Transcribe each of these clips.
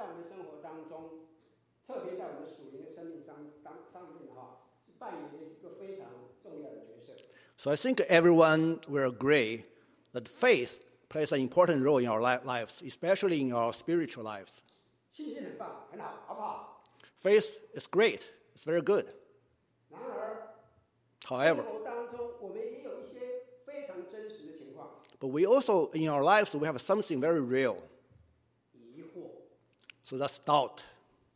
常生活当中，特别在我们属灵的生命上当上面哈，是扮演了一个非常重要的角色。 So I think everyone will agree that faith plays an important role in our li- lives, especially in our spiritual lives. 信心很棒，很好，好不好？ Faith is great, it's very good. 然而， However, 生活当中我们也有一些非常真实的情况， but we also, in our lives, we have something very real. 疑惑， So that's doubt.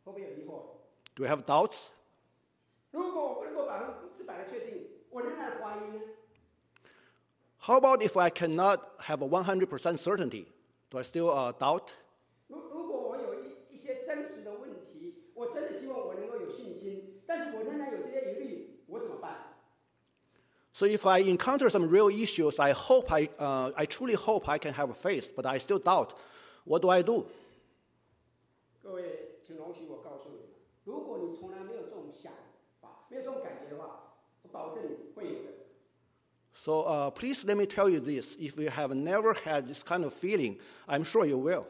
会不会有疑惑？ Do we have doubts? 如果我不能够百分之百的确定，我仍然怀疑呢？ How about if I cannot have a 100% certainty? Do I still uh, doubt? 如如果我有一一些真实的问题，我真的希望我能够有信心，但是我仍然有这些疑虑，我怎么办？ So if I encounter some real issues, I hope I, uh, I truly hope I can have faith, but I still doubt. What do I do? 各位，请容许我告诉你们，如果你从来没有这种想法，没有这种感觉的话，我保证你会有的。 So uh, please let me tell you this: if you have never had this kind of feeling, I'm sure you will.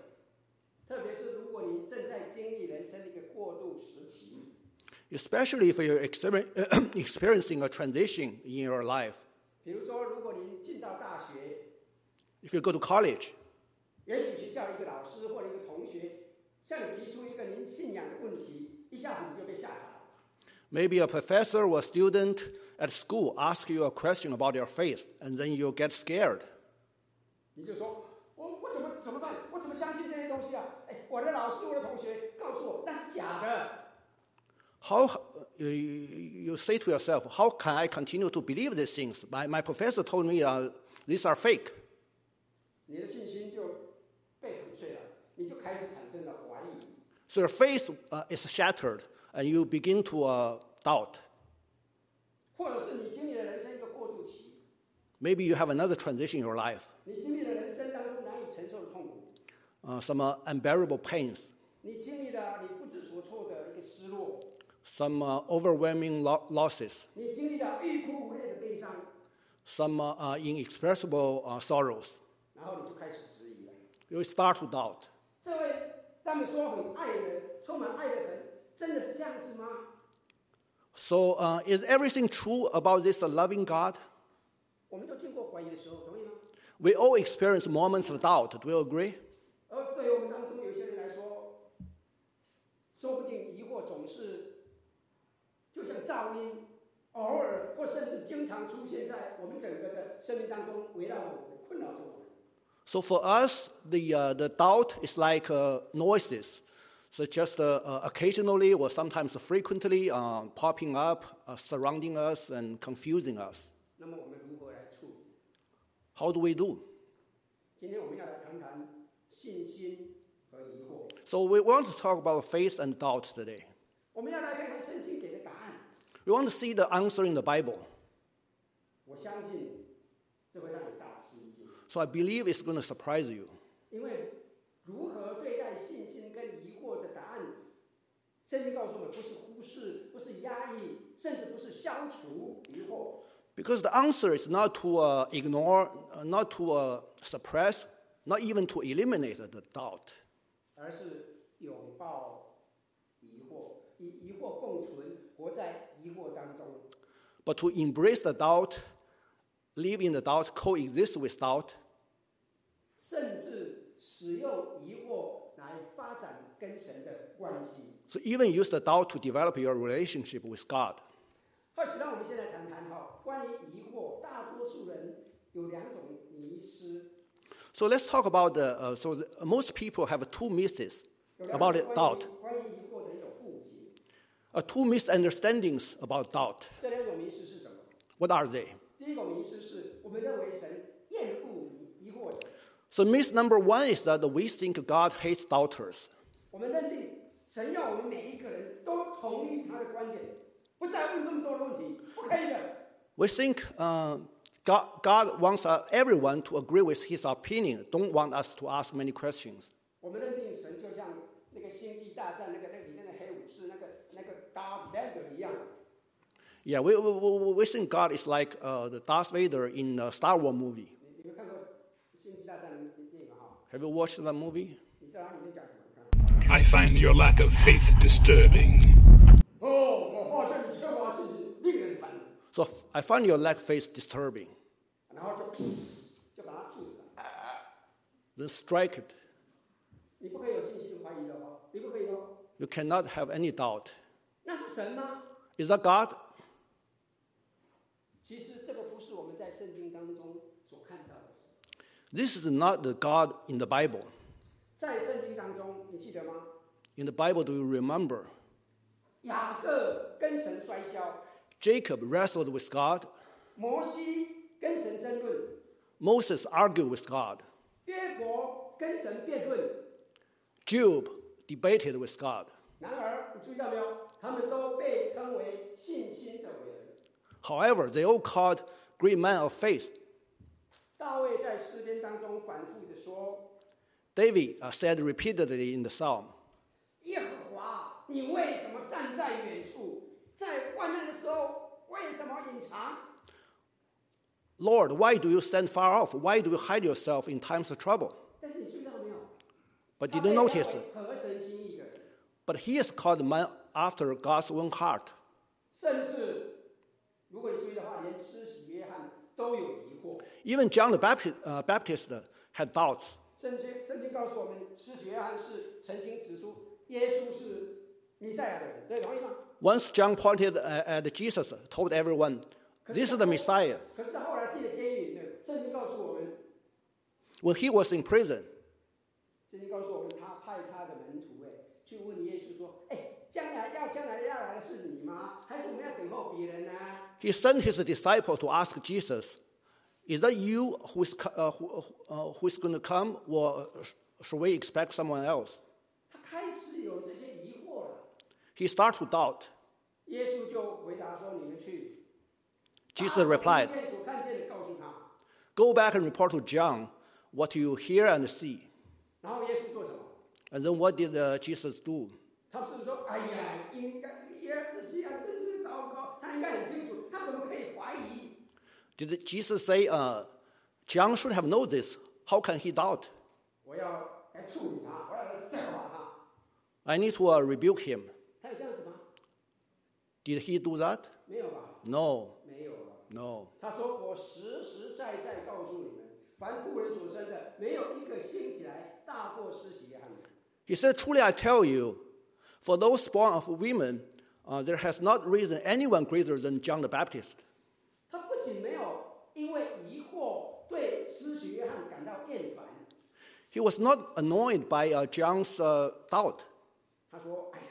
特别是如果你正在经历人生的一个过渡时期， Especially if you're exper- experiencing a transition in your life. 比如说，如果您进到大学， If you go to college, 也许学校一个老师或者一个同学向你提出一个您信仰的问题，一下子你就被吓傻了。 maybe a professor or student at school asks you a question about your faith, and then you get scared. 你就说，我我怎么怎么办？我怎么相信这些东西啊？哎，我的老师、我的同学告诉我那是假的， How uh, you, you say to yourself, how can I continue to believe these things? My, my professor told me uh, these are fake. 你的信心就被粉碎了，你就开始产生了怀疑。 So your faith uh, is shattered, and you begin to uh, doubt. 或者是你经历了人生一个过渡期， Maybe you have another transition in your life, 你经历了人生当中难以承受的痛苦， uh, some uh, unbearable pains, 你经历了你不知所措的一个失落， some uh, overwhelming lo- losses, 你经历了欲哭无泪的悲伤， some uh, uh, inexpressible uh, sorrows. 然后你就开始质疑了。 You start to doubt. 这位他们说很爱的人，充满爱的神，真的是这样子吗？ So uh, is everything true about this uh, loving God? 我们都经过怀疑的时候，同意吗？ We all experience moments of doubt. Do you agree? 而对于我们当中有些人来说，说不定疑惑总是就像噪音，偶尔或甚至经常出现在我们整个的生命当中，围绕我们，困扰着我们。 So for us, the, uh, the doubt is like uh, noises. So just uh, uh, occasionally or sometimes frequently uh, popping up, uh, surrounding us and confusing us. 那么我们如何来处理？ How do we do? 今天我们要来谈谈信心和疑惑。 So we want to talk about faith and doubt today. 我们要来看看圣经给的答案。 We want to see the answer in the Bible. 我相信这会让你大吃一惊， So I believe it's going to surprise you. 因为如何对待信心跟疑惑的答案，圣经告诉我们，不是忽视，不是压抑，甚至不是消除疑惑， Because the answer is not to uh, ignore, uh, not to uh, suppress, not even to eliminate the doubt. 而是拥抱疑惑，与疑惑共存，活在疑惑当中。 but to embrace the doubt, live in the doubt, coexist with doubt, 甚至使用疑惑来发展跟神的关系。 so even use the doubt to develop your relationship with God. 或许让我们先来谈谈哈，关于疑惑，大多数人有两种迷失， So let's talk about the, uh, so the, most people have two misses 有 about 两种 the 关 doubt, 于关于疑惑的一种误解。 uh, two misunderstandings about doubt. 这两种迷失是什么？ What are they? 第一种迷失是我们认为神厌恶疑惑者， So miss number one is that we think God hates doubters. 我们认定神要我们每一个人都同意他的观点，不再问那么多的问题，不可以的。 We think uh, God, God wants uh, everyone to agree with his opinion, don't want us to ask many questions. 我们认定神就像那个《星际大战》那个那里面的黑武士那个那个 Darth Vader 一样， Yeah, we, we, we we think God is like uh, the Darth Vader in the Star Wars movie. 你你们看过《星际大战》的电影哈？ Have you watched that movie? 你知道它里面讲什么吗？ I find your lack of faith disturbing. 哦，我发现你缺乏信心，令人烦恼， So I find your lack of faith disturbing. 然后就就把他处死了。 Then strike it. 你不可以有信心怀疑的哦，你不可以哦。 You cannot have any doubt. 那是神吗？ Is that God? 其实这个不是我们在圣经当中所看到的神。 This is not the God in the Bible. 在圣经当中，你记得吗？ In the Bible, do you remember? 雅各跟神摔跤， Jacob wrestled with God. 摩西跟神争论， Moses argued with God. 约伯跟神辩论。 Job debated with God. 然而，你注意到没有？他们都被称为信心的伟人。 However, they all called great men of faith. 大卫在诗篇当中反复的说 David uh, said repeatedly in the psalm,：“ 耶和华，你为什么站在远处，在患难的时候为什么隐藏？ Lord, why do you stand far off? Why do you hide yourself in times of trouble? ”但是你注意到没有？ But didn't notice. 他被称为合神心意的人， But he is called a man after God's own heart. 甚至如果你注意的话，连施洗约翰都有疑惑。 Even John the Baptist, uh, Baptist had doubts. 圣经圣经告诉我们，施洗约翰是曾经指出耶稣是弥赛亚的人，对，同意吗？ Once John pointed uh, at Jesus, told everyone, This is the Messiah. 可是他后来进了监狱里面，圣经告诉我们， When he was in prison, 圣经告诉我们，他派他的门徒哎去问耶稣说：“哎，将来要将来要来的是你吗？还是我们要等候别人呢、 he sent his disciples to ask Jesus, Is that you who is, co- uh, who, uh, who is going to come, or sh- should we expect someone else? 他开始有这些疑惑了。 He started to doubt. 耶稣就回答说：“你们去。” Jesus replied, 把我今天所看见的告诉他。 Go back and report to John what you hear and see. 然后耶稣做什么？ And then what did uh, Jesus do? 他不是说：“哎呀，应该耶这些啊，真是糟糕，他应该很清楚，他怎么可以怀疑？ Did Jesus say, uh, John should have known this? How can he doubt? 我要来处理他，我要来责罚他。 I need to uh, rebuke him. ”他有这样子吗？ Did he do that? 没有吧？ No, 没有了。 no. 他说：“我实实在在告诉你们，凡妇人所生的，没有一个兴起来大过施洗约翰的。 He said, Truly I tell you, for those born of women, uh, there has not risen anyone greater than John the Baptist. ”他不仅没有因为疑惑对施洗约翰感到厌烦， He was not annoyed by uh, John's uh, doubt. 他说：“哎呀，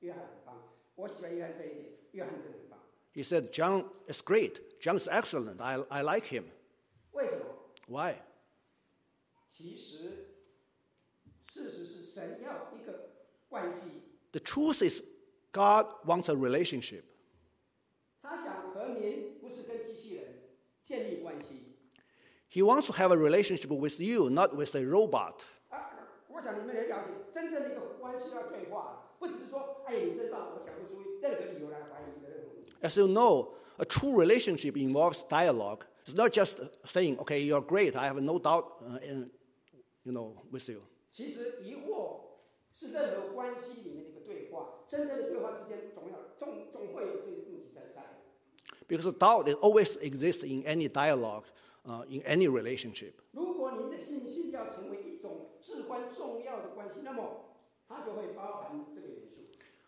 约翰很棒，我喜欢约翰这一点，约翰真的很棒。 He said, John is great. John is excellent. I, I like him. 为什么？ Why? 其实，事实是神要一个关系， The truth is, God wants a relationship. 他想和您不是跟机器人建立关系。 He wants to have a relationship with you, not with a robot. 啊，我想你们也了解，真正的一个关系要对话，不只是说，哎，你真棒，我想不出任何理由来怀疑你的任何问题。 As you know, a true relationship involves dialogue. It's not just saying, okay, you're great, I have no doubt uh, in, you know, with you. 其实疑惑是任何关系里面的一个对话，真正的对话之间总要总总会有这个问题存在。 Because doubt it always exists in any dialogue, uh, in any relationship. 如果您的信心要成为一种至关重要的关系，那么它就会包含这个元素。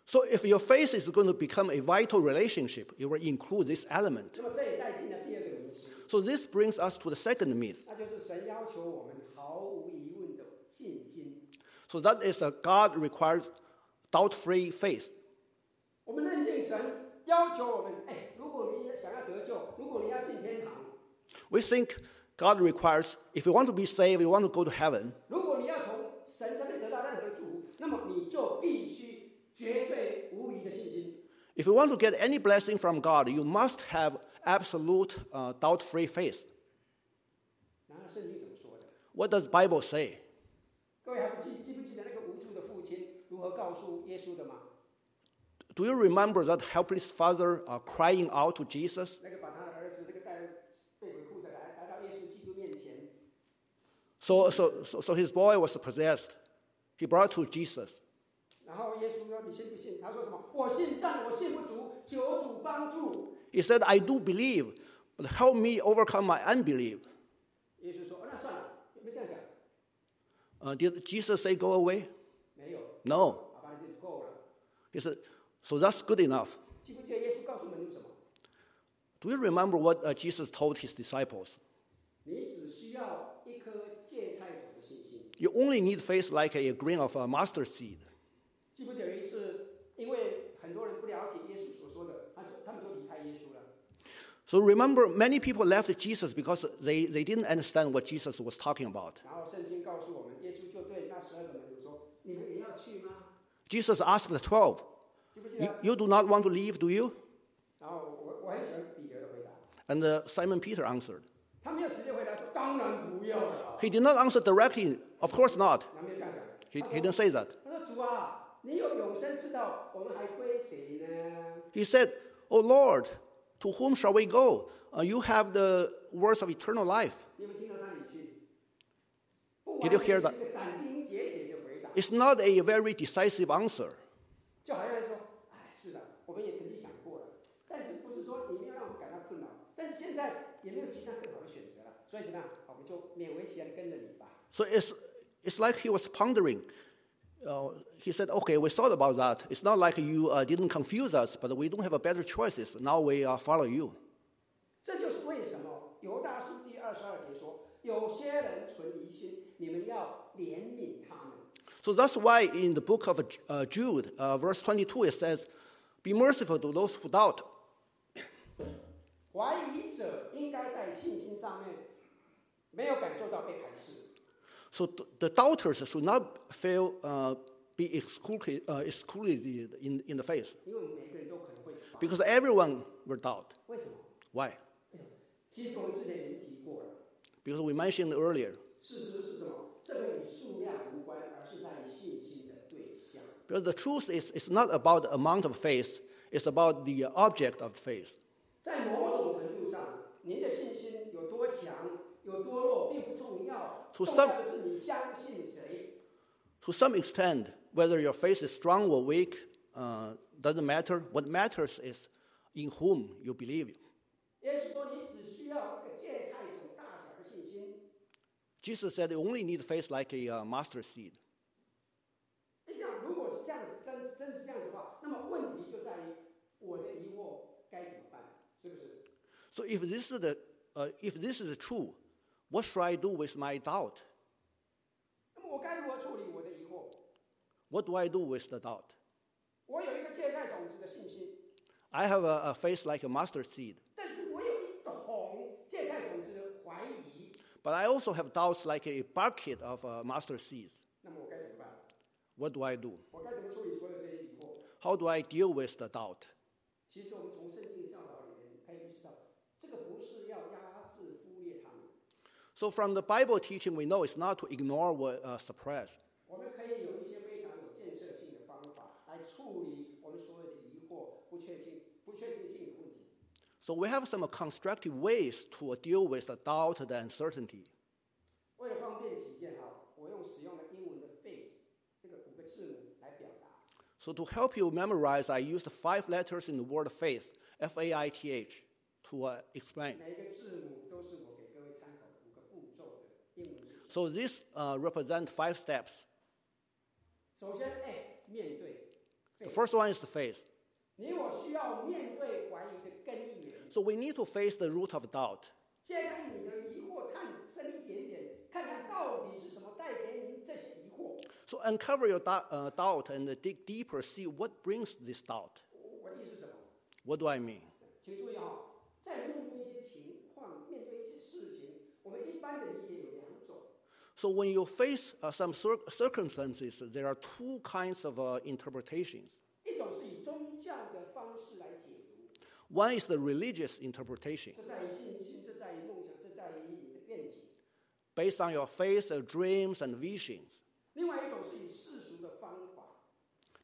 So if your faith is going to become a vital relationship, it will include this element. 那么这也带进了第二个元素， So this brings us to the second myth. 那就是神要求我们毫无疑问的信心。 So that is that God requires doubt-free faith. 我们认定神要求我们，哎，如果你也想要得救，如果你要进天堂， We think God requires, if you want to be saved, you want to go to heaven, 如果你要从神这边得到任何的祝福，那么你就必须绝对无疑的信心。 If you want to get any blessing from God, you must have absolute uh, doubt-free faith. 然后圣经怎么说的？ What does Bible say? 各位还不记记不记得那个无助的父亲如何告诉耶稣的吗？ Do you remember that helpless father uh, crying out to Jesus? 那个把他的儿子那个带被鬼哭的来来到耶稣基督面前， So, so, so, so his boy was possessed. He brought to Jesus. 然后耶稣说：“你信不信？”他说什么？我信，但我信不足，求主帮助。 He said, I do believe, but help me overcome my unbelief. 耶稣说：“哦，那算了，有没有这样讲？ Uh, did Jesus say, Go away? 没有， No. 好吧，那就够了。 He said, So that's good enough. ”记不记得耶稣告诉门徒什么？ Do you remember what uh, Jesus told his disciples? 你只需要一颗芥菜种的信心。 You only need faith like a grain of uh, mustard seed. 记不记得有一次，因为很多人不了解耶稣所说的，他就他们就离开耶稣了。 So remember, many people left Jesus because they, they didn't understand what Jesus was talking about. 然后圣经告诉我们，耶稣就对那十二个门徒说：“你们也要去吗 Jesus asked the 12,？” 记不记 you, 得？ you do not want to leave, do you? 然后我我很喜欢彼得的回答， And uh, Simon Peter answered. 他没有直接回答说“当然不要了 He did not answer directly, of course not. ”，他没有这样讲。 He, 他说 he didn't say that. 他说：“主啊，你有永生之道，我们还归谁呢 He said, Oh Lord, to whom shall we go? Uh, you have the words of eternal life. ”你有没有听到那里去？不 Did you hear 完全是一个斩钉截铁的回答， It's not a very decisive answer. 就好像说：“哎，是的，我们也曾经想过了，但是不是说你没有让我们感到困扰？但是现在也没有其他更好的选择了，所以怎么样？我们就勉为其难跟着你吧。” So it's, it's like he was pondering. Uh, he said, Okay, we thought about that. It's not like you uh, didn't confuse us, but we don't have a better choices. Now we uh, follow you. 这就是为什么犹大书第二十二节说：“有些人存疑心，你们要怜悯他们。 So that's why in the book of uh, Jude, uh, verse 22, it says, Be merciful to those who doubt. ”怀疑者应该在信心上面没有感受到被排斥， So th- the doubters should not feel uh, be excluded, uh, excluded in, in the face 因为我们每个人都可能会犯。 because everyone will doubt. 为什么？ Why? 其实我们之前已经提过了， Because we mentioned earlier. 事实是什么？这个与数量无关，而是在于信心的对象。 Because the truth is, it's not about the amount of faith, it's about the object of faith. 在某种程度上，您的信心有多强、有多弱并不重要， To 重 some- 要的是你相信谁。 To some extent, whether your faith is strong or weak uh, doesn't matter. What matters is in whom you believe. 耶稣说：“你只需要一个芥菜种大小的信心。 Jesus said, You only need faith like a uh, mustard seed. ”你想，如果哎是这样子，真真是这样子的话，那么问题就在于我的疑惑该怎么办？是不是？ So if this is, the, uh, if this is true, what should I do with my doubt? 那么我该如何处理我的疑惑？ What do I do with the doubt? 我有一个芥菜种子的信心， I have a, a faith like a mustard seed, 但是我有一桶芥菜种子的怀疑， but I also have doubts like a bucket of uh, mustard seeds. 那么我该怎么办？ What do I do? 我该怎么处理所有这些疑惑？ How do I deal with the doubt? 其实我们从圣经的教导里面可以意识到，这个不是要压制、忽略他们， So, from the Bible teaching, we know it's not to ignore or uh, suppress. 我们可以有一些非常有建设性的方法来处理我们所有的疑惑、不确定、不确定性的问题。 So, we have some constructive ways to deal with the doubt and uncertainty. 为了方便起见哈，我用使用了英文的 base 这个五个字母来表达。 So, to help you memorize, I used five letters in the word faith, F A I T H, to uh, explain. 每一个字母都是我给各位参考的五个步骤的英文字。 So, this uh, represents five steps. 首先，A 面对 The faith， first one is the faith. 你我需要面对怀疑的根源， So, we need to face the root of doubt. 先让你的疑惑看深一点点，看看到底是什么带给你这些疑惑。 So, uncover your dou- uh, doubt and dig deeper, see what brings this doubt. 我我的意思是什么？ What do I mean? 请注意啊、在面对一些情况、面对一些事情，我们一般的理解有两种， So when you face uh, some cir- circumstances, there are two kinds of uh, interpretations. 一种是以宗教的方式来解读， One is the religious interpretation, 这在于信心，这在于梦想，这在于你的愿景； based on your faith, uh, dreams, and visions. 另外一种是以世俗的方法，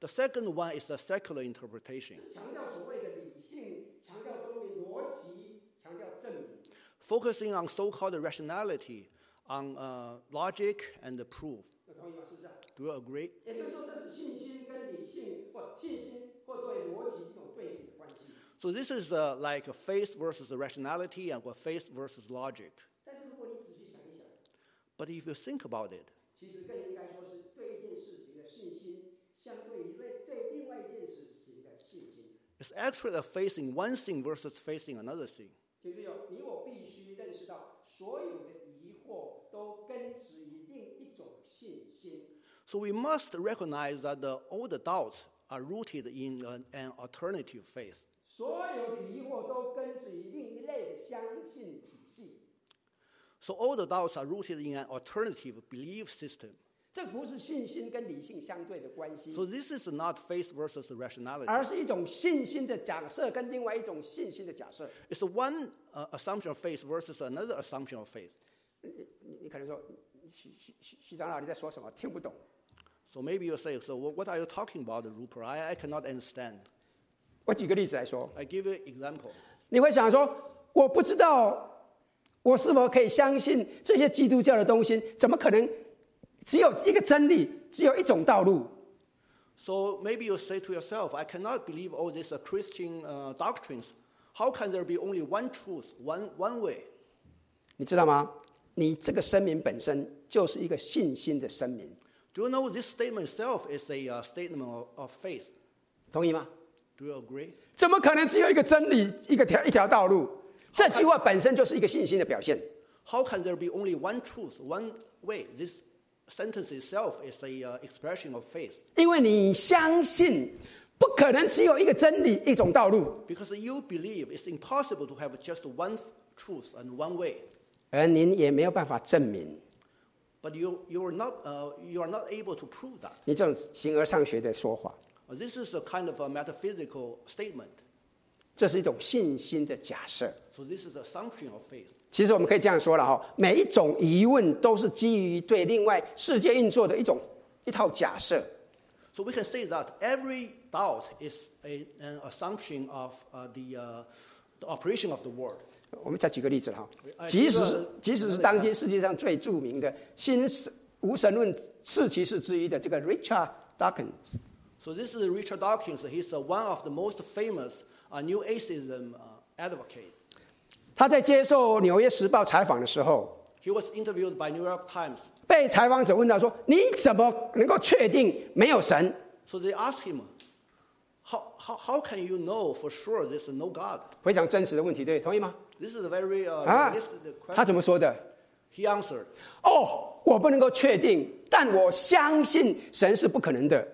The second one is the secular interpretation, 是强调所谓的理性，强调中立逻辑，强调证明。 focusing on so-called rationality, on uh, logic and the proof. 那同意吗？是不是？ Do you agree? 也就是说，这是信心跟理性或信心或对逻辑一种对立的关系。 So this is uh, like faith versus rationality and what faith versus logic. 但是如果你仔细想一想， But if you think about it, 其实更应该说是对一件事情的信心，相对于对对另外一件事情的信心。 it's actually a facing one thing versus facing another thing. 就是有你我必须认识到，所有的疑惑都根植于另一种信心。 So we must recognize that the, all the doubts are rooted in an, an alternative faith. 所有的疑惑都根植于另一类的相信体系。 So all the doubts are rooted in an alternative belief system. 这不是信心跟理性相对的关系， So this is not faith versus rationality. 而是一种信心的假设跟另外一种信心的假设。 It's one uh, assumption of faith versus another assumption of faith. 你你可能说，徐徐徐徐长老你在说什么？听不懂。 So maybe you say, so wh- what are you talking about, Rupert? I, I cannot understand. 我举个例子来说， I give you an example. 你会想说，我不知道我是否可以相信这些基督教的东西，怎么可能只有一个真理，只有一种道路？ So maybe you say to yourself, I cannot believe all these uh, Christian uh, doctrines. How can there be only one truth, one, one way? 你知道吗？你这个声明本身就是一个信心的声明， Do you know this statement itself is a uh, statement of, of faith? 同意吗？ Do you agree? 怎么可能只有一个真理，一个条一条道路？这句话本身就是一个信心的表现。 How can there be only one truth, one way? This sentence itself is a uh, expression of faith 因为你相信，不可能只有一个真理、一种道路， because you believe it's impossible to have just one f- truth and one way. 而您也没有办法证明。 But you, you, are not, uh, you are not able to prove that. 你这种形而上学的说法， Uh, This is a kind of a metaphysical statement. 这是一种信心的假设。 So this is assumption of faith. 其实我们可以这样说了哈，每一种疑问都是基于对另外世界运作的一种一套假设。 So we can say that every doubt is a, an assumption of uh, the, uh, the operation of the world. 我们再举个例子哈哎，即使这是个即使是当今世界上最著名的新神无神论四骑士之一的这个 Richard Dawkins， So this is Richard Dawkins. He's uh, one of the most famous uh, New Atheism uh, advocate. 他在接受《纽约时报》采访的时候， He was interviewed by New York Times. 被采访者问到说：“你怎么能够确定没有神 So they asked him, how, how, how can you know for sure there's no God?？” 非常真实的问题，对，同意吗？ This is a very uh, 啊 realistic，他 question. 怎么说的？ He answered, 哦，我不能够确定，但我相信神是不可能的，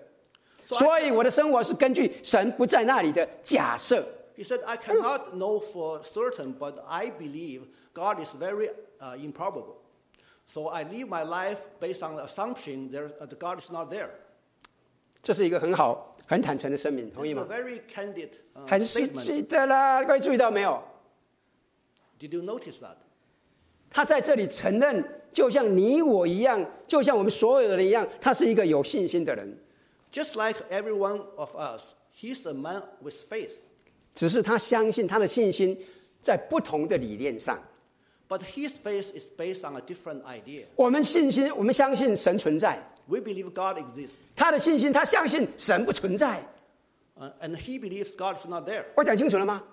所以我的生活是根据神不在那里的假设。 He said, I cannot know for certain, but I believe God is very uh, improbable. So I live my life based on the assumption there, uh, that God is not there. 这是一个很好、很坦诚的声明，同 It's 意 a 吗？ very candid uh, 很实 statement. 际的啦，各位注意到没有？ Did you notice that? 他在这里承认，就像你我一样，就像我们所有的人一样，他是一个有信心的人， Just like every one of us, he's a man with faith, 只是他相信他的信心在不同的理念上。 but his faith is based on a different idea. 我们信心，我们相信神存在。 We believe God exists, 他的信心，他相信神不存在。 uh, and he believes God is not there. 我讲清楚了吗？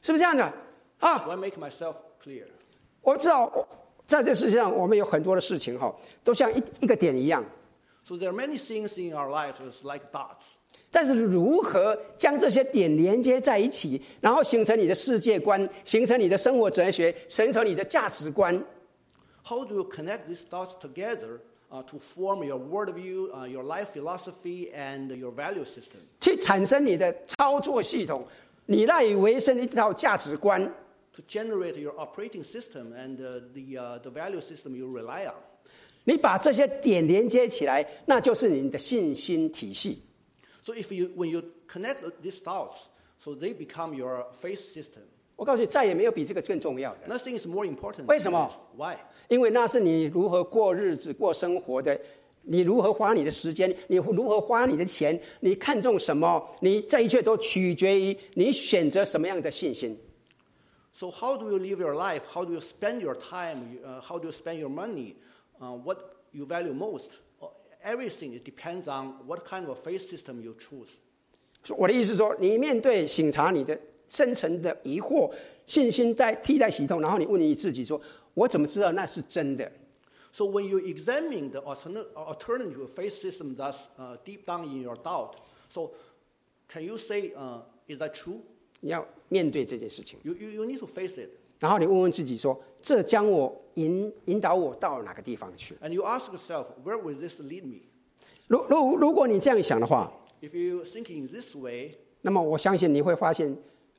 是不是这样的啊？ Do I make myself clear? 我知道，我在这世界上，我们有很多的事情哈，都像一一个点一样。 So there are many things in our lives that's like dots. 但是如何将这些点连接在一起，然后形成你的世界观，形成你的生活哲学，形成你的价值观， How do you connect these thoughts together uh, to form your worldview, uh, your life philosophy, and your value system? 去产生你的操作系统，你赖以为生的一套价值观。 To generate your operating system and uh, the, uh, the value system you rely on. 你把这些点连接起来，那就是你的信心体系。 So, if you, when you connect these thoughts, so they become your faith system. 我告诉你，再也没有比这个更重要的了， Nothing is more important. 为什么？ than this. Why? 因为那是你如何过日子、过生活的，你如何花你的时间，你如何花你的钱，你看重什么，你这一切都取决于你选择什么样的信心。 So, how do you live your life? How do you spend your time? You, Uh, how do you spend your money? Uh, what you value most? Uh, everything it depends on what kind of faith system you choose. 说我的意思是说，你面对醒察你的深层的疑惑、信心代替代系统，然后你问你自己说：我怎么知道那是真的？ So when you examine the alterna- alternative faith system that's uh, deep down in your doubt, so can you say, uh, is that true? 你要面对这件事情， You, you, you need to face it. 然后你问问自己说：这将我引引导我到哪个地方去？ And you ask yourself, where will this lead me? 如如如果你这样想的话， If you think in this way, 那么我相信你会发现，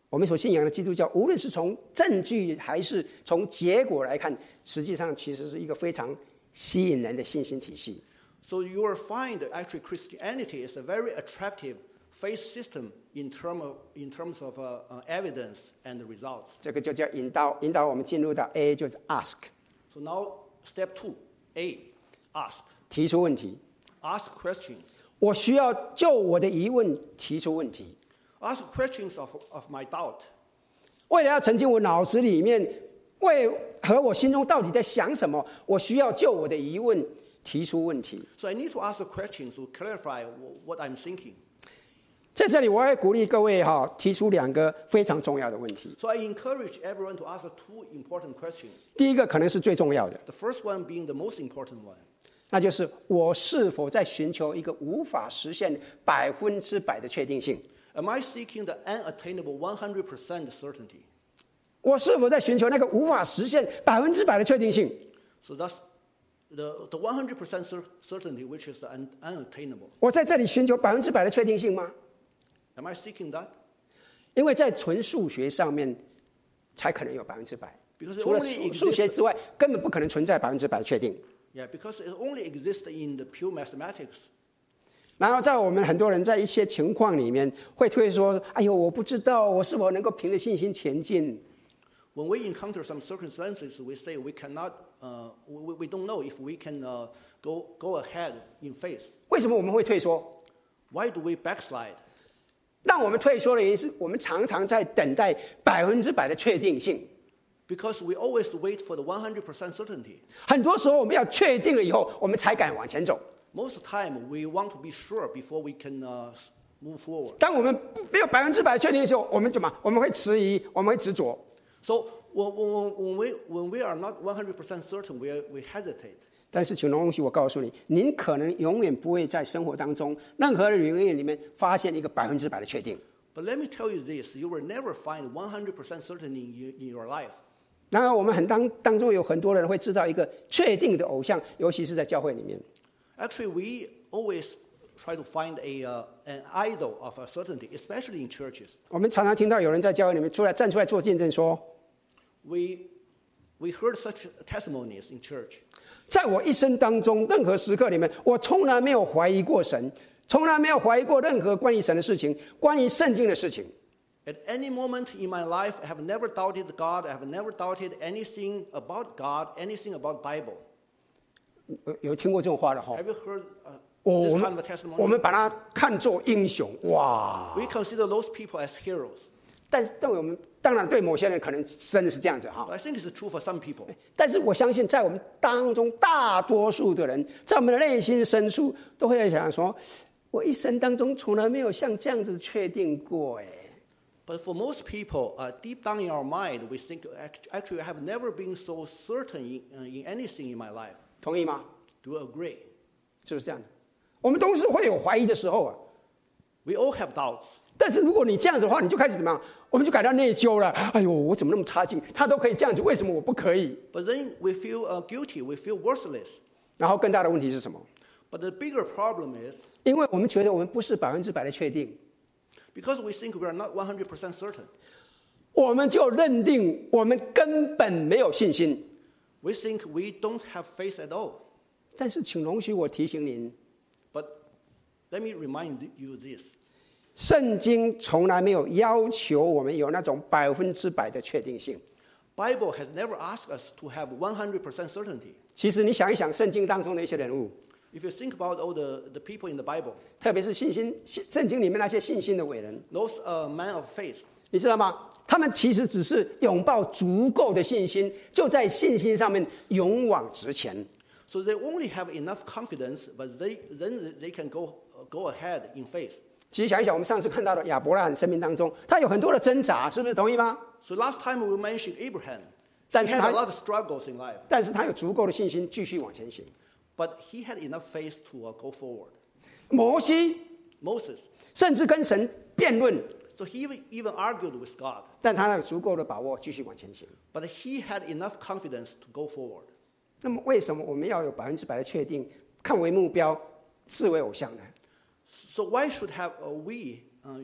我们所信仰的基督教，无论是从证据还是从结果来看，实际上其实是一个非常吸引人的信心体系。 so you will find that actually Christianity is a very attractive faith system in, term of, in terms of uh, uh, evidence and results. 这个就叫引导引导我们进入到 A 就是 ask So now, step two, A, ask. 提出问题。 Ask questions. 我需要就我的疑问提出问题， Ask questions of, of my doubt. 为了要澄清我脑子里面为和我心中到底在想什么，我需要就我的疑问提出问题。 So I need to ask the questions to clarify wh- what I'm thinking. 在这里，我也鼓励各位哈、提出两个非常重要的问题。 So I encourage everyone to ask two important questions. 第一个可能是最重要的， The first one being the most important one. 那就是我是否在寻求一个无法实现百分之百的确定性？ Am I seeking the unattainable 100% certainty? 我是否在寻求那个无法实现百分之百的确定性？ So that's the, the 100% cer- certainty, which is the un- unattainable. 我在这里寻求百分之百的确定性吗？ Am I seeking that? 因为在纯数学上面，才可能有百分之百 Because。it 除了 only 数 exists- 数学之外，根本不可能存在百分之百确定。 Yeah, because it only exists in the pure mathematics. 然后在我们很多人在一些情况里面会推说：“哎呦，我不知道我是否能够凭着信心前进。 When we encounter some circumstances, we say we cannot, uh, we, we don't know if we can uh, go, go ahead in faith. ”为什么我们会退缩？ Why do we backslide? 让我们退缩的原因是我们常常在等待百分之百的确定性。 Because we always wait for the 100% certainty. 很多时候我们要确定了以后，我们才敢往前走。 Most of the time, we want to be sure before we can uh, s- move forward. 当我们没有百分之百确定的时候，我们怎么？我们会迟疑，我们会执着。 So when, when, when, we, when we are not 100% certain, we, are, we hesitate. 但是，请容许我告诉你，您可能永远不会在生活当中任何的领域里面发现一个百分之百的确定。 But let me tell you this you will never find 100% certainty in, you- in your life. 然而，我们很当当中有很多人会制造一个确定的偶像，尤其是在教会里面。 Actually, we always try to find a, uh, an idol of a certainty, especially in churches. 我们常常听到有人在教会里面出来站出来做见证说， We, we heard such testimonies in church. 在我一生当中，任何时刻里面，我从来没有怀疑过神，从来没有怀疑过任何关于神的事情，关于圣经的事情。 At any moment in my life, I have never doubted God. I have never doubted anything about God, anything about Bible. 有有听过这种话的哈？ Have you heard uh, 我我 this 们 kind of 我 testimony? 们把它看作英雄哇！ We consider those people as heroes. 但是对我们当然对某些人可能真的是这样子哈 But。I think it's true for some people. 但是我相信，在我们当中大多数的人，在我们的内心深处，都会在想说：我一生当中从来没有像这样子确定过哎。 But for most people, uh, deep down in our mind, we think act- actually I have never been so certain in, uh, in anything in my life. 同意吗？ Do you agree? 是不是这样？我们都是会有怀疑的时候啊。 We all have doubts. 但是如果你这样子的话，你就开始怎么样？我们就感到内疚了。哎呦，我怎么那么差劲？他都可以这样子，为什么我不可以？ But then we feel uh, guilty. We feel worthless. 然后更大的问题是什么？ But the bigger problem is 因为我们觉得我们不是百分之百的确定， because we think we are not 100% certain. 我们就认定我们根本没有信心。 We think we don't have faith at all. 但是，请容许我提醒您， But let me remind you this 圣经从来没有要求我们有那种百分之百的确定性。 Bible has never asked us to have 100% certainty. 其实，你想一想圣经当中的一些人物， If you think about all the, the people in the Bible, 特别是信心信圣经里面那些信心的伟人， those uh, men of faith, 你知道吗？他们其实只是拥抱足够的信心，就在信心上面勇往直前。 So they only have enough confidence, but they, then they can go, go ahead in faith. 其实想一想，我们上次看到的亚伯拉罕生命当中，他有很多的挣扎，是不是同意吗？ So last time we mentioned Abraham. He 但是 had 他- a lot of struggles in life, 但是他有足够的信心继续往前行。 but he had enough faith to uh, go forward. 摩西 Moses, 甚至跟神辩论， so he even, even argued with God, 但他有足够的把握继续往前行。 but he had enough confidence to go forward. 那么，为什么我们要有百分之百的确定，看为目标，视为偶像呢？ So why should have uh, we uh,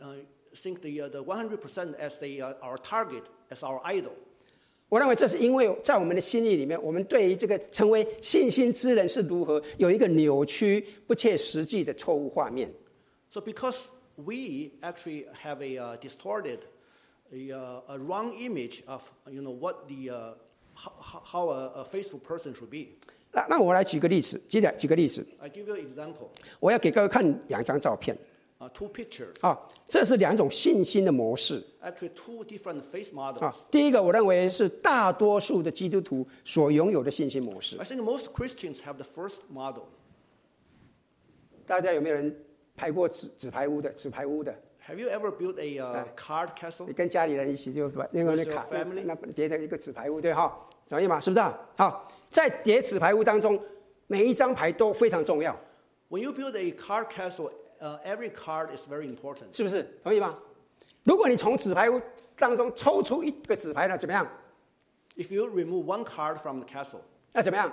uh, think the, uh, the 100% as the, uh, our target, as our idol? 我认为这是因为在我们的心意里面，我们对于这个成为信心之人是如何有一个扭曲、不切实际的错误画面。 So because we actually have a uh, distorted, a, uh, a wrong image of you know what the uh, how, how a, a faithful person should be. 那那我来举个例子，举两举个例子， I give you an example, 我要给各位看两张照片 uh, two pictures, 啊，这是两种信心的模式 actually two different faith 啊 models. 。第一个，我认为是大多数的基督徒所拥有的信心模式 I。think most Christians have the first model. 大家有没有人排过纸纸牌屋的？纸牌屋的， Have you ever built a uh, card castle? 你跟家里人一起就把那个那 With 卡那 your family? 那叠的一个纸牌屋，对哈，同意吗？是不是、啊？好，在叠纸牌屋当中，每一张牌都非常重要， When you build a card castle, uh, every card is very important. 是不是？同意吗？如果你从纸牌屋当中抽出一个纸牌呢，怎么样？ If you remove one card from the castle, 那怎么样？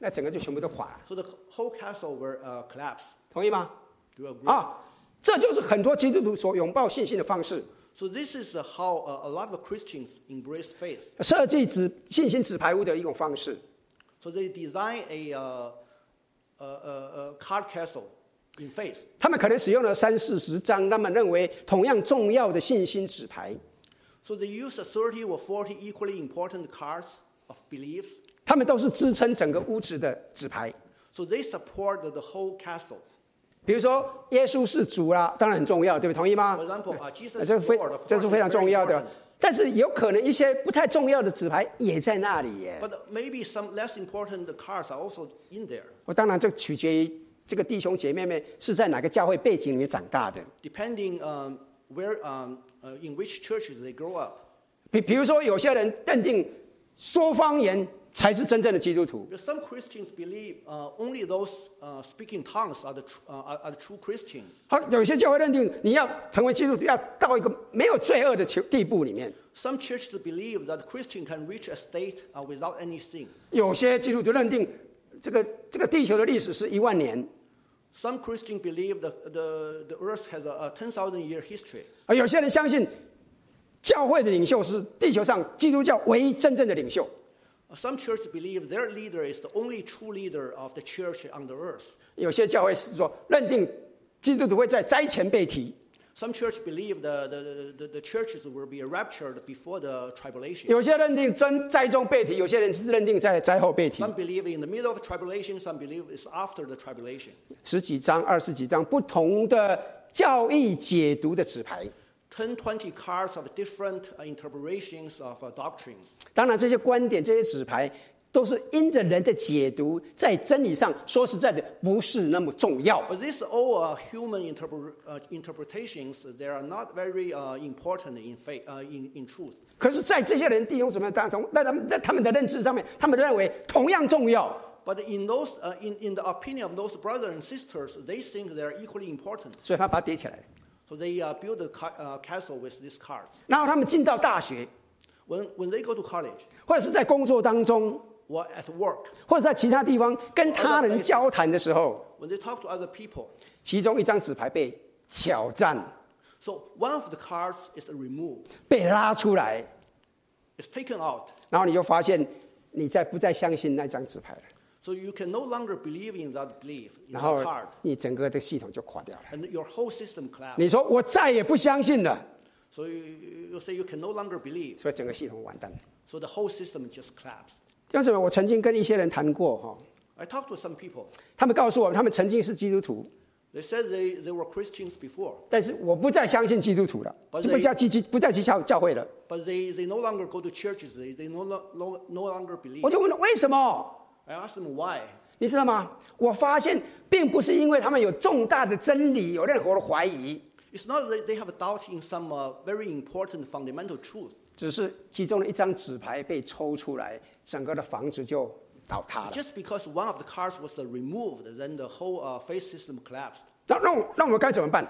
那整个就全部都垮了， so the whole castle will uh, collapse. 同意吗？ Do you agree? 啊，这就是很多基督徒所拥抱信心的方式， So this is uh, how uh, a lot of Christians embrace faith. 设计纸信心纸牌屋的一种方式。 So they design a, uh, a, a, a card castle in faith. 他们可能使用了三四十张他们认为同样重要的信心纸牌， So they use uh, 30 or 40 equally important cards of beliefs. 他们都是支撑整个屋子的纸牌。 So they support the, the whole castle. 比如说，耶稣是主啦、当然很重要，对不对？同意吗 For example, uh, Jesus 呃 is 这是 Lord. 非 Of course, 这是非常 it's very 重要的 important.。但是有可能一些不太重要的纸牌也在那里耶。 But maybe some less important cards are also in there, 我当然这取决于这个弟兄姐妹们是在哪个教会背景里面长大的。 depending um, where, um, uh, in which churches they grow up. 比比如说，有些人认定说方言才是真正的基督徒， Because some Christians believe uh, only those uh, speaking tongues are the, tr- uh, are- are the true Christians. 好，有些教会认定你要成为基督徒，要到一个没有罪恶的球地步里面。 Some churches believe that Christian can reach a state uh, without any sin. 有些基督徒认定这个这个地球的历史是一万年， Some Christians believe that the, the earth has a, a 10,000 year history. 而有些人相信教会的领袖是地球上基督教唯一真正的领袖。 Some churches believe their leader is the only true leader of the church on the earth. 有些教会是说认定基督徒会在灾前被提， Some churches believe the, the, the, the churches will be raptured before the tribulation. 有些认定真灾中被提，有些人是认定在灾后被提 Some。believe in the middle of tribulation, some believe it's after the tribulation. 十几张、二十几张不同的教义解读的纸牌。 10, 20 cards of different uh, interpretations of uh, doctrines. 当然，这些观点、这些纸牌都是因着人的解读，在真理上说实在的不是那么重要。 But these all uh, human interpre- uh, interpretations, they are not very uh, important in, faith, uh, in, in truth. 可是，在这些人弟兄姊妹当中，在他们在他们的认知上面，他们认为同样重要。 But in, those, uh, in, in the opinion of those brothers and sisters, they think they are equally important. 所以他把它叠起来。 So they uh, build a ca- uh, castle with these cards. 然后他们进到大学， When, when they go to college 或者是在工作当中， or at work, 或者在其他地方跟他人交谈的时候， when they talk to other people, 其中一张纸牌被挑战、 so one of the cards is removed, 被拉出来， it's taken out. 然后你就发现你再不再相信那张纸牌了， So you can no longer believe in that belief, in 然 that 后 card, 你整个的系统就垮掉了。 and your whole system collapses. 你说我再也不相信了， So you, you say you can no longer believe. 所以整个系统完蛋了。 So the whole system just collapsed. 弟兄姊妹，我曾经跟一些人谈过哈， I talked to some people. 他们告诉我，他们曾经是基督徒， They said they, they were Christians before, 但是我不再相信基督徒了， But 就不加基基不再去教教会了。 but they, they no longer go to churches. They, they no, lo- no, no longer believe. 我就问了为什么？ I asked him why. 你知道吗？我发现并不是因为他们有重大的真理有任何的怀疑， It's not that they have a doubt in some uh, very important fundamental truth. 只是其中的一张纸牌被抽出来，整个的房子就倒塌了。 Just because one of the cars was uh, removed, then the whole uh, faith system collapsed. 那那我那我们该怎么办？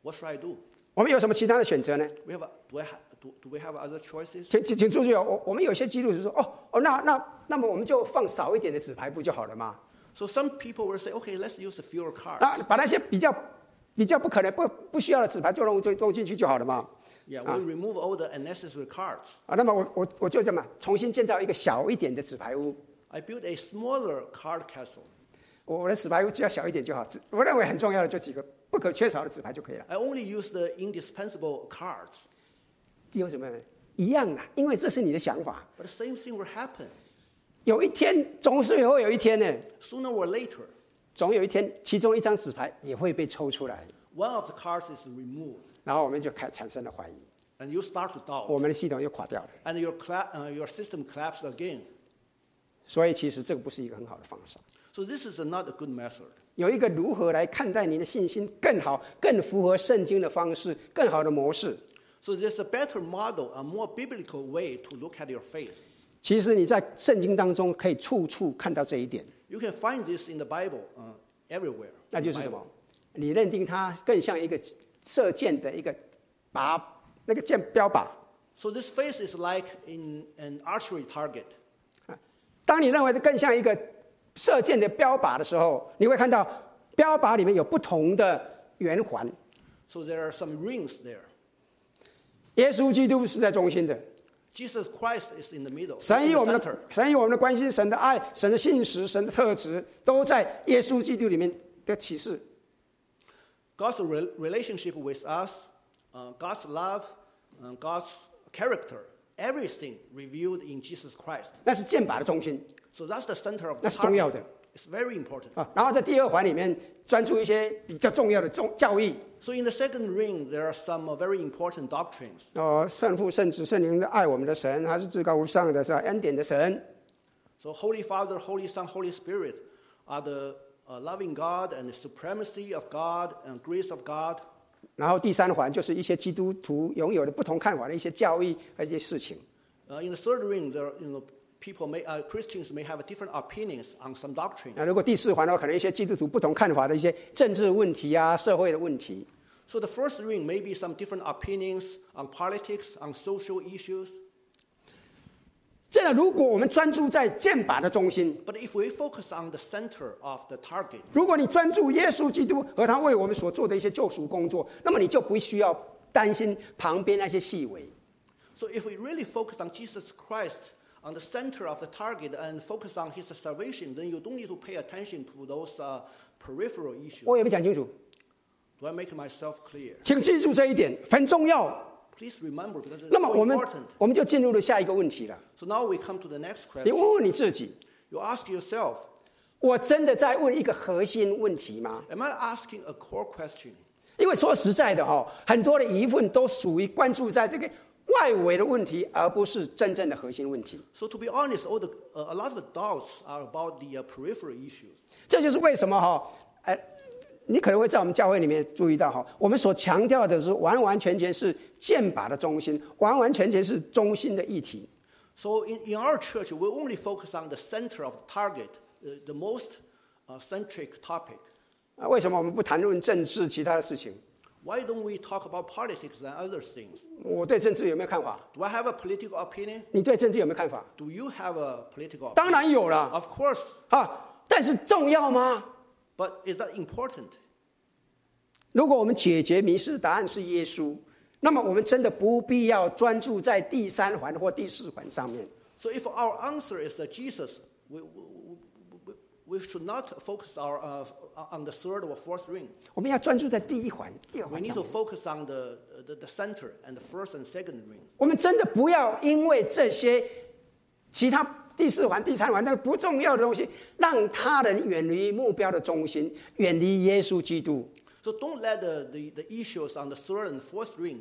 What should I do? 我们有什么其他的选择呢？ We have a, do, I ha- do, do we have other choices? 请请请注意哦，我我们有些基督徒说，哦哦，那那那么我们就放少一点的纸牌不就好了吗？ So some people will say, okay, let's use the fewer cars. 那把那些比较比较不可能不不需要的纸牌就弄就弄进去就好了嘛。 yeah, we'll remove all the unnecessary cars. 啊，那么我我我就这么重新建造一个小一点的纸牌屋。 I built a smaller card castle. 我我的纸牌屋只要小一点就好，只我认为很重要的就几个不可缺少的纸牌就可以了。 I only use the indispensable cards. 弟兄姊妹们，一样的，因为这是你的想法。 But the same thing will happen 有一天，总是会有一天呢， sooner or later. 总有一天，其中一张纸牌也会被抽出来， One of the cards is removed, 然后我们就开产生了怀疑， and you start to doubt, 我们的系统又垮掉了。 and your, cla- uh, your system collapses again. 所以，其实这个不是一个很好的方式。 So this is not a good method. 有一个如何来看待你的信心更好、更符合圣经的方式、更好的模式。 So there's a better model, a more biblical way to look at your faith. 其实你在圣经当中可以处处看到这一点， You can find this in the Bible uh, everywhere. 那就是什么？你认定它更像一个射箭的一个靶，那个箭标靶。 So this faith is like in an archery target. 当你认为更像一个射箭的标靶的时候，你会看到标靶里面有不同的圆环。 So there are some rings there. 耶稣基督是在中心的， Jesus Christ is in the middle. 神 in 与 the 我们 center. 的神与我们的关心、神的爱、神的信实、神的特质，都在耶稣基督里面的启示。 God's re- relationship with us, uh, God's love, uh, God's character, everything revealed in Jesus Christ. 那是剑靶的中心 So that's the center of the That's 重要的。 target. It's very important. 啊。然后在第二环里面钻出一些比较重要的重教义， So in the second ring, there are some uh, very important doctrines. 哦，圣父、圣子、圣灵的爱我们的神，他是至高无上的，是吧恩典的神。 So Holy Father, Holy Son, Holy Spirit are the uh, loving God and the supremacy of God and grace of God. 然后第三环就是一些基督徒拥有的不同看法的一些教义和一些事情。 Uh, in the third ring, there are, you know people may uh, Christians may have different opinions on some doctrine. 那如果第四环的话，可能一些基督徒不同看法的一些政治问题啊、社会的问题。 So the first ring may be some different opinions on politics, on social issues. 这样，如果我们专注在剑拔的中心， But if we focus on the center of the target, 如果你专注耶稣基督和他为我们所做的一些救赎工作，那么你就不需要担心旁边那些细微。 so if we really focus on Jesus Christ on the center of the target and focus on his salvation, then you don't need to pay attention to those uh, peripheral issues. 我有没有讲清楚？ Do I make myself clear? 请记住这一点，很重要。 Please remember because it's 那么 so 我们 important. 我们就进入了下一个问题了。 So now we come to the next 你 question. 问问你自己： You ask yourself, 我真的在问一个核心问题吗？ am I asking a core question? 因为说实在的哈、很多的疑问都属于关注在这个外围的问题，而不是真正的核心问题。 So to be honest, all the, uh, a lot of the doubts are about the uh, peripheral issues. 这就是为什么哈、呃，你可能会在我们教会里面注意到哈、我们所强调的是完完全全是剑拔的中心，完完全全是中心的议题。 So in, in our church, we only focus on the center of the target, uh, the most uh, centric topic. 啊，为什么我们不谈论政治其他的事情？ Why don't we talk about politics and other things? 我对政治有没有看法？ Do I have a political opinion? 你对政治有没有看法？ Do you have a political 当 opinion? 然有了 Of course, 啊，但是重要吗？ but is that important? 如果我们解决迷失的答案是耶稣，那么我们真的不必要专注在第三环或第四环上面。 So if our answer is that Jesus, we, we, we- we should not focus our, uh, on the third or fourth ring. 我们要专注在第一环、第二 We 环 need 上 to 面。 focus on the, the, the center and the first and second ring. 我们真的不要因为这些其他第四环、第三环那个不重要的东西，让他人远离目标的中心，远离耶稣基督。 So don't let the, the, the issues on the third and fourth ring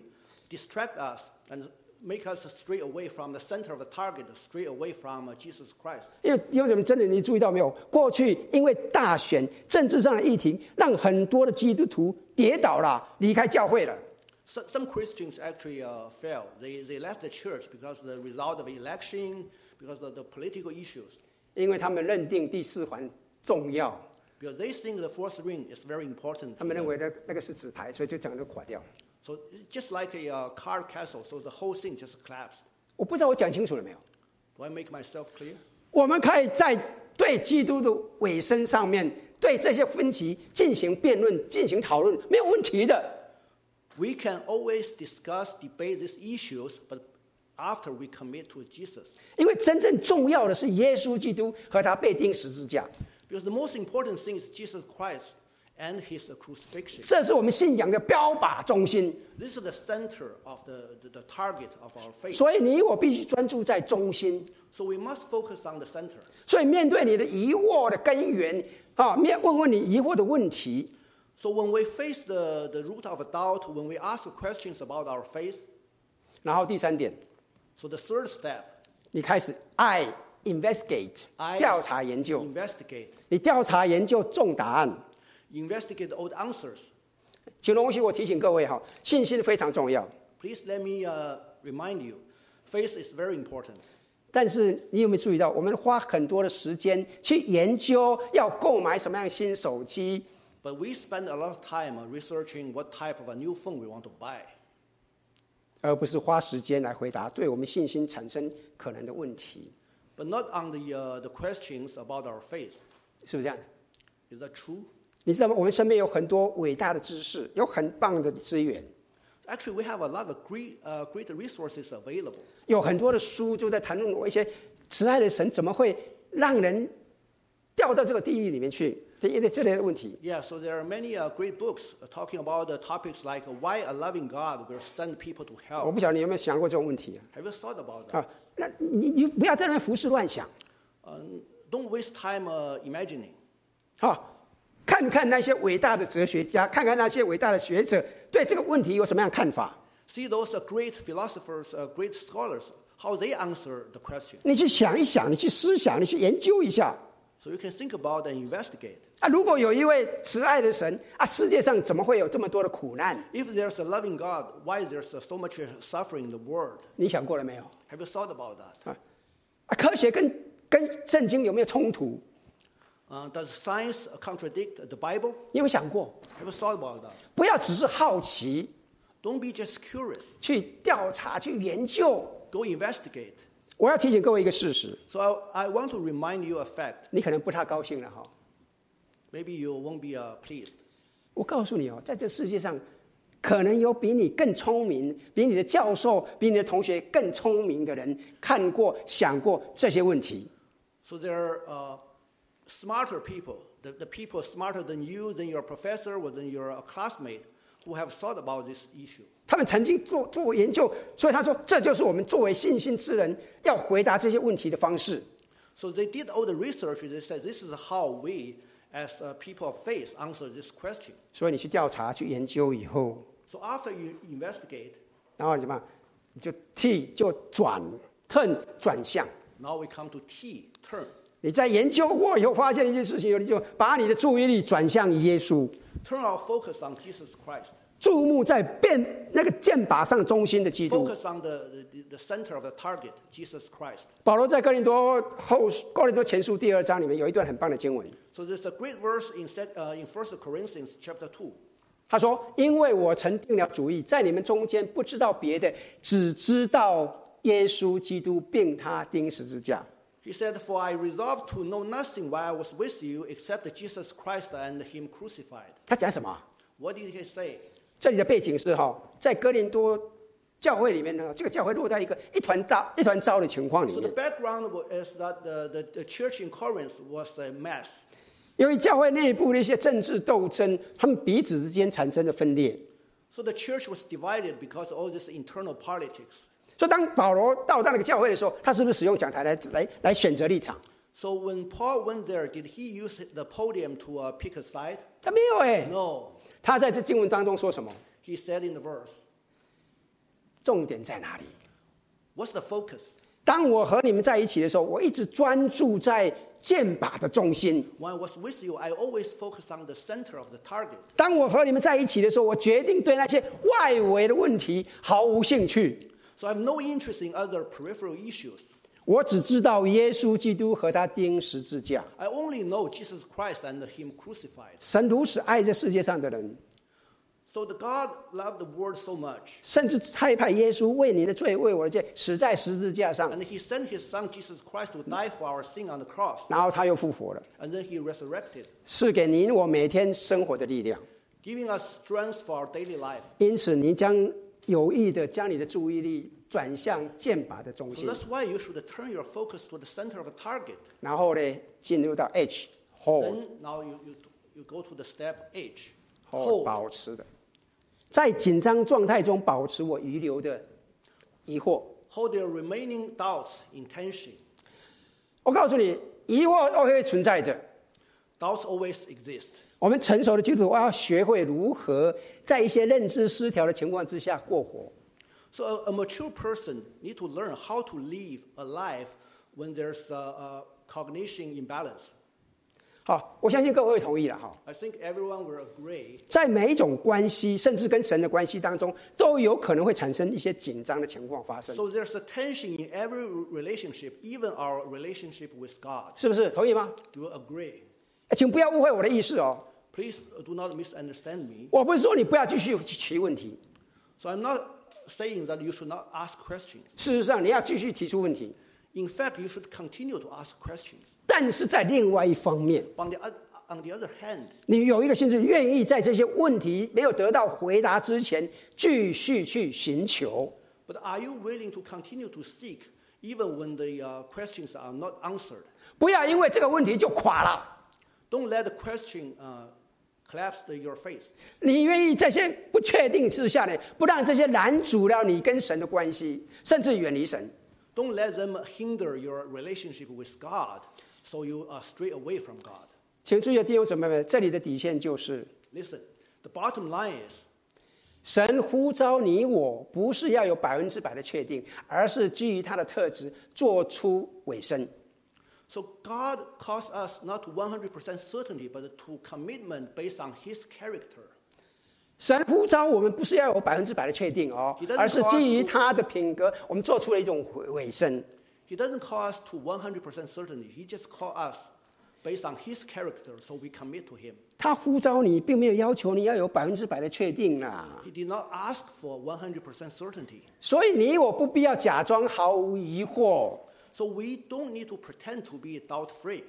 distract us and make us stray away from the center of the target, stray away from uh, Jesus Christ. 因为有什么真的，你注意到没有？过去因为大选政治上的议题，让很多的基督徒跌倒了，离开教会了。 So, some Christians actually uh, fail. They, they left the church because of the result of election, because of the political issues, 因为他们认定第四环重要， because they think the fourth ring is very important. 他们认为那那个是纸牌，所以就整个垮掉。 So it's just like a uh, card castle, so the whole thing just collapsed. 我不知道我讲清楚了没有？ Do I make myself clear? 我们可以在对基督的尾声上面，对这些分歧进行辩论、进行讨论，没有问题的。 We can always discuss, debate these issues, but after we commit to Jesus. 因为真正重要的是耶稣基督和他被钉十字架， Because the most important thing is Jesus Christ and his crucifixion. 这是我们信仰的标靶中心。 This is the center of the, the, the target of our faith. 所以你我必须专注在中心。 So we must focus on the center. 所以面对你的疑惑的根源啊，面问问你疑惑的问题， So when we face the, the root of doubt, when we ask questions about our faith, 然后第三点， so the third step, 你开始爱 investigate I 调查研究，嗯 investigate. 你调查研究中答案。 Investigate all the answers. 请容许我提醒各位哈，信心非常重要， Please let me uh, remind you, faith is very important. 但是你有没有注意到，我们花很多的时间去研究要购买什么样的新手机， But we spend a lot of time uh, researching what type of a new phone we want to buy. 而不是花时间来回答对我们信心产生可能的问题， But not on the, uh, the questions about our faith. 是不是这样？ Is that true? 你知道吗？我们身边有很多伟大的知识，有很棒的资源， Actually, we have a lot of great, uh, great resources available. 有很多的书就在谈论我一些慈爱的神怎么会让人掉到这个地狱里面去，这一类这类的问题。 Yeah, so there are many uh, great books uh, talking about uh, topics like why a loving God will send people to 我 hell. 不晓得你有没有想过这种问题啊？ Have you thought about that? 啊，那你你不要在那边胡思乱想， Um, don't waste time uh, imagining. 啊，看看那些伟大的哲学家，看看那些伟大的学者对这个问题有什么样的看法。 See those uh, great philosophers, uh, great scholars, how they answer the question. 你去想一想，你去思想，你去研究一下 So you can think about and investigate. 啊。如果有一位慈爱的神啊，世界上怎么会有这么多的苦难？ If there's a loving God, why there's uh, so much uh, suffering in the world? 你想过了没有？ Have you thought about that? 啊，啊科学跟跟圣经有没有冲突？ Uh, does science uh, contradict the Bible? 你有没有想过？ Have you thought about that? 不要只是好奇 Don't be just curious. 去调查去研究。 Go investigate. 我要提醒各位一个事实， So I, I want to remind you a fact. 你可能不太高兴了哈。 Maybe you won't be uh, pleased. 我告诉你哦，在这世界上，可能有比你更聪明、比你的教授、比你的同学更聪明的人，看过、想过这些问题。 So there are uh, smarter people, the, the people smarter than you, than your professor, or than your uh, classmate, who have thought about this issue. 他们曾经做做过研究，所以他说，这就是我们作为信心之人要回答这些问题的方式。 So they did all the research. They said this is how we, as uh, people of faith, answer this question. 所以你去调查、去研究以后， So after you investigate, 然后你怎么样？你就 T 就转 turn 转向。 now we come to T turn. 你在研究过以后，发现一件事情以后，你就把你的注意力转向耶稣， Turn our focus on Jesus Christ. 注目在变那个剑靶上中心的基督。 Focus on the, the, the center of the target, Jesus Christ. 保罗在哥林多后哥林多前书第二章里面有一段很棒的经文， So there's a great verse in, sec- uh, in 1 Corinthians chapter 2. 他说：“因为我曾定了主意，在你们中间不知道别的，只知道耶稣基督，并他钉十字架。 He said, For I resolved to know nothing while I was with you except Jesus Christ and Him crucified. ”他讲什么？啊 What did he say? 这里的背景是哈，在哥林多教会里面呢，这个教会落在一个一团大一团糟的情况里 So the 面， background wa- is that the, the, the church in Corinth was a mess. 由于教会内部的一些政治斗争，他们彼此之间产生了分裂。 So the church was divided because of all this internal politics. 所以，当保罗到达那个教会的时候，他是不是使用讲台来来来选择立场？ So when Paul went there, did he use the podium to uh, pick a side? 他没有哎、 No. 他在这经文当中说什么？ He said in the verse, 重点在哪里？ What's the focus? 当我和你们在一起的时候，我一直专注在剑靶的中心； When I was with you, I always focus on the center of the target. 当我和你们在一起的时候，我决定对那些外围的问题毫无兴趣。 So I have no interest in other peripheral issues. 我只知道耶稣基督和他钉十字架。 I only know Jesus Christ and Him crucified. 神如此爱这世界上的人， So the God loved the world so much, 甚至差派耶稣为你的罪、为我的罪死在十字架上， and He sent His Son Jesus Christ to die for our sin on the cross, 然后他又复活了， and then He resurrected, 赐给您我每天生活的力量。 giving us strength for our daily life. 因此，您将有意的将你的注意力转向剑拔的中 So 心， that's why you should turn your focus to the center of the target. 然后呢，进入到 H hold Then now you, you, you go to the step H. hold 保持的，在紧张状态中保持我遗留的疑惑。 Hold your remaining doubts in tension. 我告诉你，疑惑都会存在的。 Doubts always exist. 我们成熟的基督徒要学会如何在一些认知失调的情况之下过活。 So a, a mature person need to learn how to live a life when there's a, a cognition imbalance. 好，我相信各位会同意了哈。 I think everyone will agree 在每一种关系，甚至跟神的关系当中，都有可能会产生一些紧张的情况发生， So there's a tension in every relationship, even our relationship with God. 是不是？同意吗？ Do you agree? 请不要误会我的意思哦， Please do not misunderstand me. 我不是说你不要继续去提问题， So I'm not saying that you should not ask questions. 事实上你要继续提出问题， In fact, you should continue to ask questions. 但是在另外一方面， On the, oth- on the other hand, 你有一个心智，愿意在这些问题没有得到回答之前，继续去寻求。 but are you willing to continue to seek even when the uh, questions are not answered? 不要因为这个问题就垮了。 Don't let the question uh, collapse the, your faith. 你愿意在这些不确定之下呢，不让这些拦阻了你跟神的关系，甚至远离神。 Don't let them hinder your relationship with God so you uh, stray away from God. 请注意，弟兄姊妹们，这里的底线就是， Listen, the bottom line is 神呼召你我，不是要有百分之百的确定，而是基于他的特质做出委身。 so God calls us not to 100% certainty, but to commitment based on His character. 神呼召我们不是要有百分之百的确定哦 He，doesn't 而是基于他的品格，我们做出了一种委委身。 He doesn't call us to 100% certainty, He just calls us based on His character, so we commit to Him. 他呼召你，并没有要求你要有百分之百的确定啊啦。 He did not ask for 100% certainty. 所以你我不必要假装毫无疑惑。 So we don't need to pretend to be doubt free.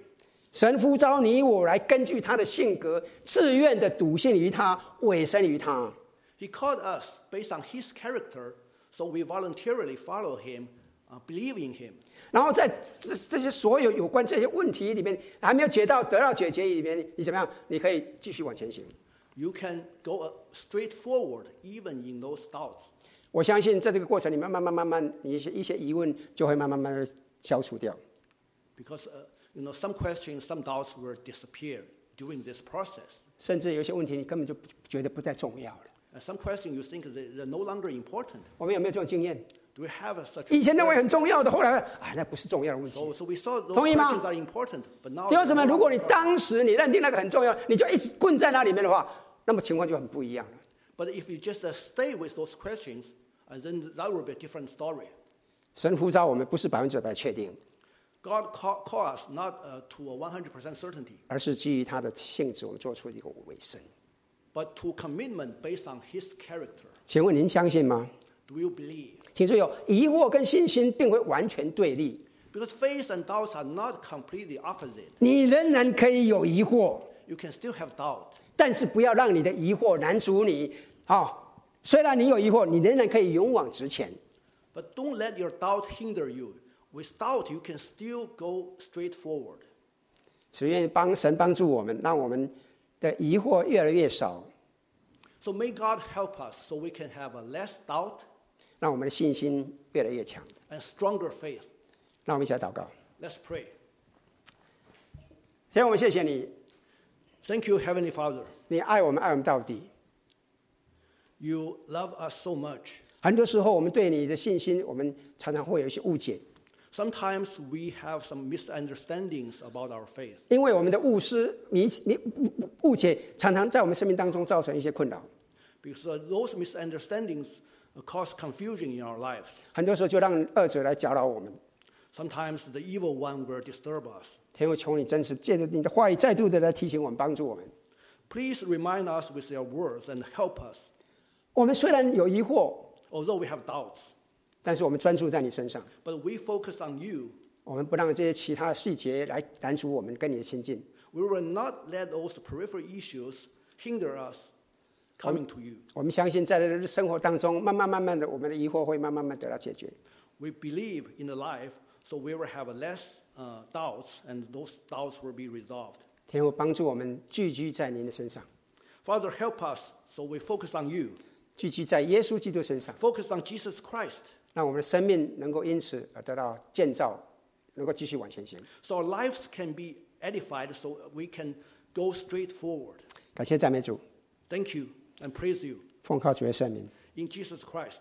神呼召你我来根据他的性格，自愿的笃信于他，委身于他。 He called us based on his character, so we voluntarily follow him, uh, believe in him. 然后在这这些所有有关这些问题里面，还没有解到得到解决里面，你怎么样？你可以继续往前行。 You can go uh, straight forward even in those doubts. 我相信在这个过程里面，慢慢慢慢，你一些一些疑问就会慢慢慢慢地消除掉。 Because uh, you know, some questions, some doubts will disappear during this process. 甚至有些问题你根本就不觉得不再重要了。 And some questions you think they, they're no longer important. 我们有没有这种经验？ Do we have a such 以 a 前认为很重要的，后来啊，那不是重要的问题。 so, so we saw those 同意吗？ questions are important, but now 第二，什 they're 么？ no 如果你 longer 当时你认定那个很重要，你就一直困在那里面的话，那么情况就很不一样了。 But if you just uh, stay with those questions, and then that will be a different story. 神呼召我们不是百分之百确定， God call, call us not uh, to a 100% certainty, 而是基于他的性质，我们做出一个委身。 but to commitment based on His character. 请问您相信吗？ Do you believe? 请注意哦，疑惑跟信心并非完全对立， Because faith and doubts are not completely opposite. 你仍然可以有疑惑， You can still have doubt, 但是不要让你的疑惑拦阻你。啊、虽然你有疑惑，你仍然可以勇往直前。 but don't let your doubt hinder you. With doubt, you can still go straight forward. 只愿帮神帮助我们，让我们的疑惑越来越少， So may God help us so we can have a less doubt 让我们的信心越来越强。 and stronger faith. 让我们一起来祷告。 Let's pray. 所以我们谢谢你， Thank you, Heavenly Father. 你爱我们，爱我们到底。 You love us so much. 很多时候我们对你的信心，我们常常会有一些误解， Sometimes we have some misunderstandings about our faith 因为我们的误失、迷迷误误解，常常在我们生命当中造成一些困扰。 because uh, those misunderstandings cause confusion in our lives. 很多时候就让二者来搅扰我们。 Sometimes the evil one will disturb us. 天父，求你真是借着你的话语，再度的来提醒我们、帮助我们。 Please remind us with your words and help us, 我们虽然有疑惑， although we have doubts, 但是我们专注在你身上， but we focus on you. 我们不让这些其他的细节来拦阻我们跟你的亲近。 We will not let those peripheral issues hinder us coming to you. 我们相信，在这生活当中，慢慢慢慢的，我们的疑惑会慢慢慢地得到解决。 We believe in the life, so we will have less uh, doubts, and those doubts will be resolved. 天父帮助我们聚居在您的身上， Father, help us so we focus on you, 聚居在耶稣基督身上， focus on Jesus Christ, 让我们的生命能够因此而得到建造，能够继续往前行。 so our lives can be edified, so we can go straight forward. 感谢赞美主， Thank you and praise you 奉靠主的圣名， in Jesus Christ.